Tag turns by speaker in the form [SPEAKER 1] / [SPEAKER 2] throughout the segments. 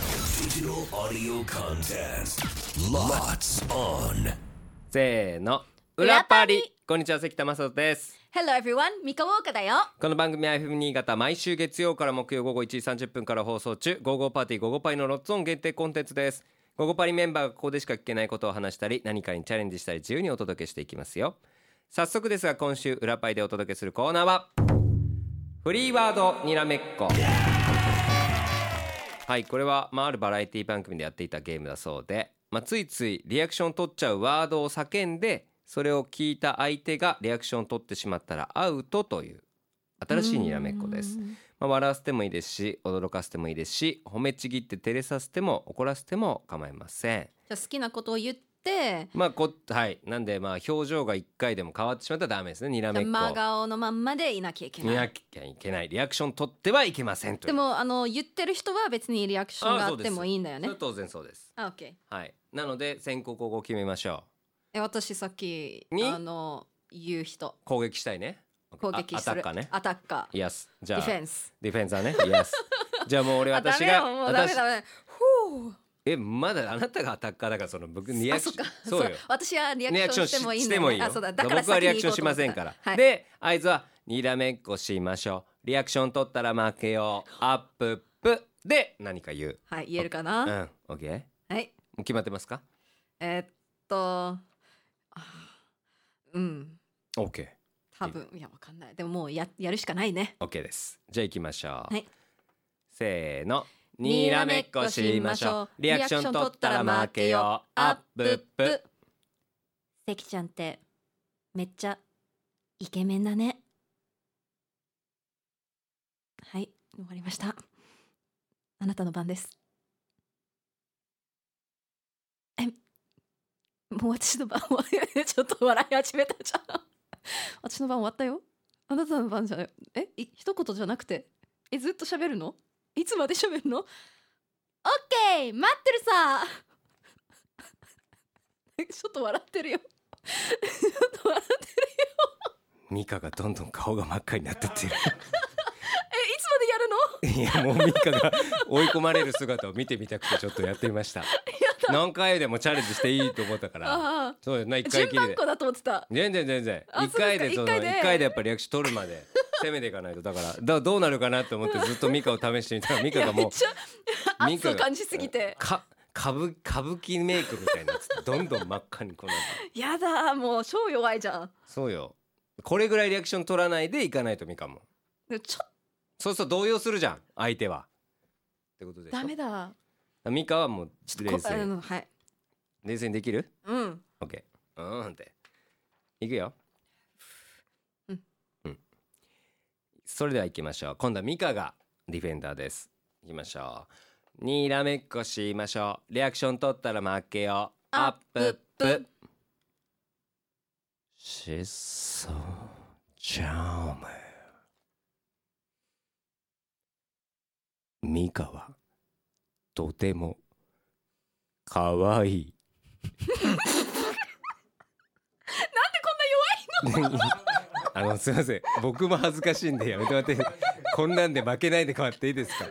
[SPEAKER 1] Digital audio contest. Lots on.
[SPEAKER 2] せーの
[SPEAKER 3] 裏
[SPEAKER 2] 裏
[SPEAKER 3] パ
[SPEAKER 2] パ
[SPEAKER 3] リ
[SPEAKER 2] リこんにちは関田正人です
[SPEAKER 3] Hello everyone! ミカウォーカだよ
[SPEAKER 2] この番組は FM 新潟毎週月曜から木曜午後1時30分から放送中「午後パーティー午後パリ」のロッツオン限定コンテンツです午後パリメンバーがここでしか聞けないことを話したり何かにチャレンジしたり自由にお届けしていきますよ早速ですが今週裏パリでお届けするコーナーはフリーワードにらめっこはいこれは、まあ、あるバラエティ番組でやっていたゲームだそうで、まあ、ついついリアクション取っちゃうワードを叫んでそれを聞いた相手がリアクション取ってしまったらアウトという新しいにらめっこです。まあ、笑わせてもいいですし驚かせてもいいですし褒めちぎって照れさせても怒らせても構いません。
[SPEAKER 3] じゃあ好きなことを言って
[SPEAKER 2] まあこはいなんでまあ表情が一回でも変わってしまったらダメですねにらめっこ。
[SPEAKER 3] 真顔のまんまでいなきゃいけ
[SPEAKER 2] 見
[SPEAKER 3] な
[SPEAKER 2] ないきゃいけないリアクション取ってはいけませんとい
[SPEAKER 3] で
[SPEAKER 2] う。
[SPEAKER 3] もあの言ってる人は別にリアクションがあ
[SPEAKER 2] そ
[SPEAKER 3] っ
[SPEAKER 2] うで
[SPEAKER 3] て
[SPEAKER 2] す
[SPEAKER 3] もいいんだよね
[SPEAKER 2] それは当然そうです。
[SPEAKER 3] あ OK
[SPEAKER 2] はい。なので先行後攻決めましょ
[SPEAKER 3] え私さっき
[SPEAKER 2] に
[SPEAKER 3] あの言う人
[SPEAKER 2] う。攻撃したいね。
[SPEAKER 3] 攻撃す
[SPEAKER 2] あアタッ
[SPEAKER 3] る
[SPEAKER 2] カーね。
[SPEAKER 3] アタッカー
[SPEAKER 2] イエス。じ
[SPEAKER 3] デ
[SPEAKER 2] ゃ
[SPEAKER 3] ィ
[SPEAKER 2] あ
[SPEAKER 3] フェンス
[SPEAKER 2] ディフェンサーね。イ エス。じゃあもう俺
[SPEAKER 3] あダ
[SPEAKER 2] 私
[SPEAKER 3] メだ
[SPEAKER 2] が
[SPEAKER 3] もうダメ
[SPEAKER 2] 私
[SPEAKER 3] だねふう
[SPEAKER 2] えまだあなたがアタッカーだからその僕リア
[SPEAKER 3] あ
[SPEAKER 2] クシ
[SPEAKER 3] そっ
[SPEAKER 2] ョ
[SPEAKER 3] か
[SPEAKER 2] ンそうよ
[SPEAKER 3] 私はリアクションしてもいいんだよね
[SPEAKER 2] リア
[SPEAKER 3] あ
[SPEAKER 2] クションし
[SPEAKER 3] そう
[SPEAKER 2] てもいいよ
[SPEAKER 3] だだから
[SPEAKER 2] 僕は
[SPEAKER 3] 先
[SPEAKER 2] リアク
[SPEAKER 3] に
[SPEAKER 2] ショ
[SPEAKER 3] 行
[SPEAKER 2] ンし
[SPEAKER 3] こうと思
[SPEAKER 2] ま
[SPEAKER 3] っ
[SPEAKER 2] せん
[SPEAKER 3] た
[SPEAKER 2] から、
[SPEAKER 3] はい
[SPEAKER 2] で合図はにらめっこしましょうリアクション取ったら負けようアップップで何か言う
[SPEAKER 3] はい言えるか
[SPEAKER 2] う
[SPEAKER 3] なん
[SPEAKER 2] オッケーも
[SPEAKER 3] はい。
[SPEAKER 2] う決まってますか
[SPEAKER 3] えーっと、あうん、
[SPEAKER 2] オッケ
[SPEAKER 3] 多分いやわかんない。でももうややるしかないね。
[SPEAKER 2] ーオッケーですじゃあ行きましょう、
[SPEAKER 3] はい
[SPEAKER 2] せーの
[SPEAKER 3] に
[SPEAKER 2] に
[SPEAKER 3] ら
[SPEAKER 2] ら
[SPEAKER 3] め
[SPEAKER 2] め
[SPEAKER 3] っ
[SPEAKER 2] っ
[SPEAKER 3] こ
[SPEAKER 2] こ
[SPEAKER 3] し
[SPEAKER 2] し
[SPEAKER 3] ま
[SPEAKER 2] ま
[SPEAKER 3] し
[SPEAKER 2] し
[SPEAKER 3] ょ
[SPEAKER 2] ょ
[SPEAKER 3] う
[SPEAKER 2] うリアクション取ったら負けようアップップ。
[SPEAKER 3] 関ちゃんってめっちゃイケメンだね。はい、終わりました。あなたの番です。え、もう私の番終わり ちょっと笑い始めたじゃん。私の番終わったよ。あなたの番じゃない。え、い一言じゃなくて、え、ずっと喋るのいつまで喋るのオッケー待ってるさ ちょっと笑ってるよ。ちょっと笑ってる。
[SPEAKER 2] ミカがどんどん顔が真っ赤になってってる
[SPEAKER 3] え、いつまでやるの
[SPEAKER 2] いやもうミカが追い込まれる姿を見てみたくてちょっとやってみました何回でもチャレンジしていいと思ったから
[SPEAKER 3] あ
[SPEAKER 2] そうよな
[SPEAKER 3] あ。
[SPEAKER 2] 一回
[SPEAKER 3] 順
[SPEAKER 2] きり
[SPEAKER 3] 番っ
[SPEAKER 2] で
[SPEAKER 3] 子だと思ってた。
[SPEAKER 2] 全然全然
[SPEAKER 3] あ
[SPEAKER 2] 一回で
[SPEAKER 3] そ
[SPEAKER 2] そうの
[SPEAKER 3] ですか
[SPEAKER 2] 一
[SPEAKER 3] 一回で
[SPEAKER 2] 回でやっぱり役所取るまで攻めていかないとだからだどうなるかなと思ってずっとミカを試してみたらミ
[SPEAKER 3] い
[SPEAKER 2] カ
[SPEAKER 3] や、
[SPEAKER 2] が
[SPEAKER 3] め
[SPEAKER 2] もう
[SPEAKER 3] っちゃ
[SPEAKER 2] ミ
[SPEAKER 3] 圧
[SPEAKER 2] カ
[SPEAKER 3] を
[SPEAKER 2] が
[SPEAKER 3] 感じすぎて。
[SPEAKER 2] か歌舞歌舞伎メイクみたいなやつどんどん真っ赤にこうなって
[SPEAKER 3] やだ、もう超弱いじゃん。
[SPEAKER 2] そうよこれぐらいリアクション取らないでいかないとミカも
[SPEAKER 3] でもちょっ
[SPEAKER 2] そうすると動揺するじゃん相手はってことで
[SPEAKER 3] と
[SPEAKER 2] しょ
[SPEAKER 3] ダメだ。
[SPEAKER 2] ミカはもう
[SPEAKER 3] ちょっと
[SPEAKER 2] 冷
[SPEAKER 3] こ、あ
[SPEAKER 2] 静
[SPEAKER 3] の、はい。
[SPEAKER 2] 冷静にできる
[SPEAKER 3] うん。
[SPEAKER 2] オッケー。うーんって。いくよ。
[SPEAKER 3] うん。
[SPEAKER 2] うん。それでは行きましょう。今度はミカがディフェンダーです。行きましょう。にらめっこしましょう。リアクション取ったら負けよ。アップップ。しそジャーム。ミカはとてもかわいい。あのすいません僕も恥ずかしいんでやめてもらってこんなんで負けないで変わっていいですか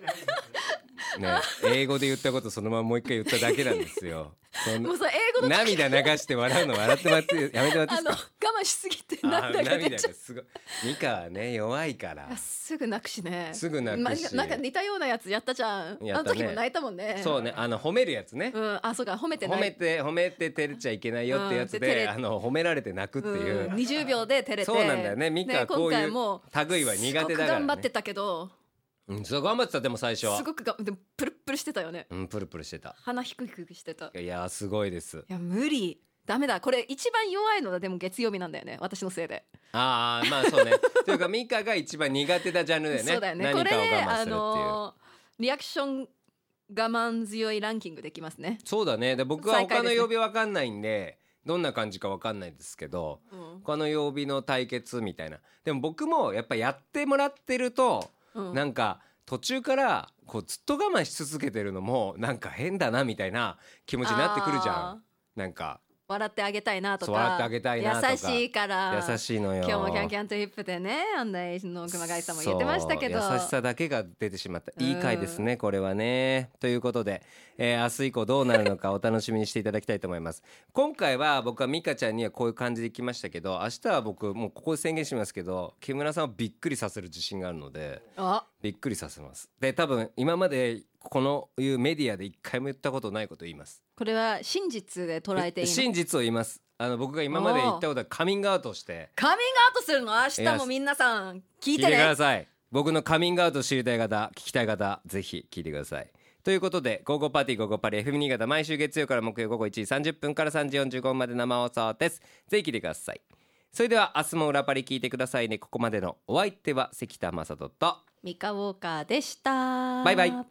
[SPEAKER 2] ね英語で言ったことそのままもう一回言っただけなんですよそん
[SPEAKER 3] もうさ、英語の時
[SPEAKER 2] 涙流して笑うの笑ってもらってやめてもらってい
[SPEAKER 3] あ
[SPEAKER 2] いで
[SPEAKER 3] の、我
[SPEAKER 2] すか
[SPEAKER 3] 慢しすぎて
[SPEAKER 2] あー
[SPEAKER 3] 涙が出
[SPEAKER 2] 涙
[SPEAKER 3] ちゃ
[SPEAKER 2] がすごいミカはね弱いから
[SPEAKER 3] う。あすぐ泣くしね。
[SPEAKER 2] すぐ泣くし
[SPEAKER 3] まなんか似たようなやつやったじゃ
[SPEAKER 2] やっ
[SPEAKER 3] ん。
[SPEAKER 2] たね
[SPEAKER 3] あの時も泣いたもんね。
[SPEAKER 2] そうねあの褒めるやつね
[SPEAKER 3] うん、あ、そうか、褒めてな
[SPEAKER 2] 褒
[SPEAKER 3] い。
[SPEAKER 2] めて褒めて照れちゃいけないよってやつ
[SPEAKER 3] うんで照れ
[SPEAKER 2] であの褒められて泣くっていう
[SPEAKER 3] うん、20秒で照れて。
[SPEAKER 2] そうなんだよねミカはこう
[SPEAKER 3] ね今
[SPEAKER 2] い
[SPEAKER 3] 回
[SPEAKER 2] う
[SPEAKER 3] も
[SPEAKER 2] 類は苦手だから
[SPEAKER 3] すごく頑張って
[SPEAKER 2] ね
[SPEAKER 3] たけど、
[SPEAKER 2] うんそう頑張ってたでも最初は
[SPEAKER 3] すごくがでもプルップルしてたよね。
[SPEAKER 2] うんプルプルしてた
[SPEAKER 3] 鼻低くしてた。い
[SPEAKER 2] いやーすごいです
[SPEAKER 3] や、無理。ダメだ。これ一番弱いのはでも月曜日なんだよね。私のせいで。
[SPEAKER 2] ああまあそうね というかミカが一番苦手なジャンルだよね
[SPEAKER 3] そうだよね。こ
[SPEAKER 2] 何
[SPEAKER 3] れ
[SPEAKER 2] かを
[SPEAKER 3] で、
[SPEAKER 2] 我慢するっ
[SPEAKER 3] あ
[SPEAKER 2] ていう、
[SPEAKER 3] のー、リアクション我慢強いランキングできますね。
[SPEAKER 2] そうだねで僕は
[SPEAKER 3] 最下位
[SPEAKER 2] 他
[SPEAKER 3] で
[SPEAKER 2] の
[SPEAKER 3] すね
[SPEAKER 2] 曜日わかんないんでどんな感じかわかんないですけど
[SPEAKER 3] うん。
[SPEAKER 2] 他の曜日の対決みたいなでも僕もやっぱやってもらってると、
[SPEAKER 3] うん
[SPEAKER 2] なんか途中からこうずっと我慢し続けてるのもなんか変だなみたいな気持ちになってくるじゃ
[SPEAKER 3] あー
[SPEAKER 2] んなんか
[SPEAKER 3] 笑ってあげたいなとか
[SPEAKER 2] そう笑ってあげたいなとか
[SPEAKER 3] 優しいから
[SPEAKER 2] 優しいのよ
[SPEAKER 3] 今日もキャンキャンとヒップでね案内の熊谷さんも言ってましたけど
[SPEAKER 2] そう優しさだけが出てしまったいい回ですねこれはねということで、えー明日以降どうなるの かお楽しみにしていただきたいと思います今回は僕は美香ちゃんにはこういう感じで来ましたけど明日は僕もうここで宣言しますけど木村さんをびっくりさせる自信があるので
[SPEAKER 3] あ
[SPEAKER 2] びっくりさせますで多分今までこのいうメディアで一回も言ったことないこと言います
[SPEAKER 3] これは真実で捉えていいの
[SPEAKER 2] 真実を言いますあの僕が今まで言ったことはカミングアウトして
[SPEAKER 3] カミングアウトするの明日も皆さん聞い
[SPEAKER 2] 聞い
[SPEAKER 3] て
[SPEAKER 2] てく
[SPEAKER 3] ね
[SPEAKER 2] ださい僕のカミングアウト知りたい方聞きたい方ぜひ聞いてくださいということで「午後パーティー午後パレ FM 新潟」毎週月曜から木曜午後1時30分から3時45分まで生放送ですぜひ聞いてくださいそれでは明日も裏パリ聞いてくださいねここまでのお相手は関田正人と
[SPEAKER 3] ミカウォーカーでした
[SPEAKER 2] バイバイ
[SPEAKER 3] バイ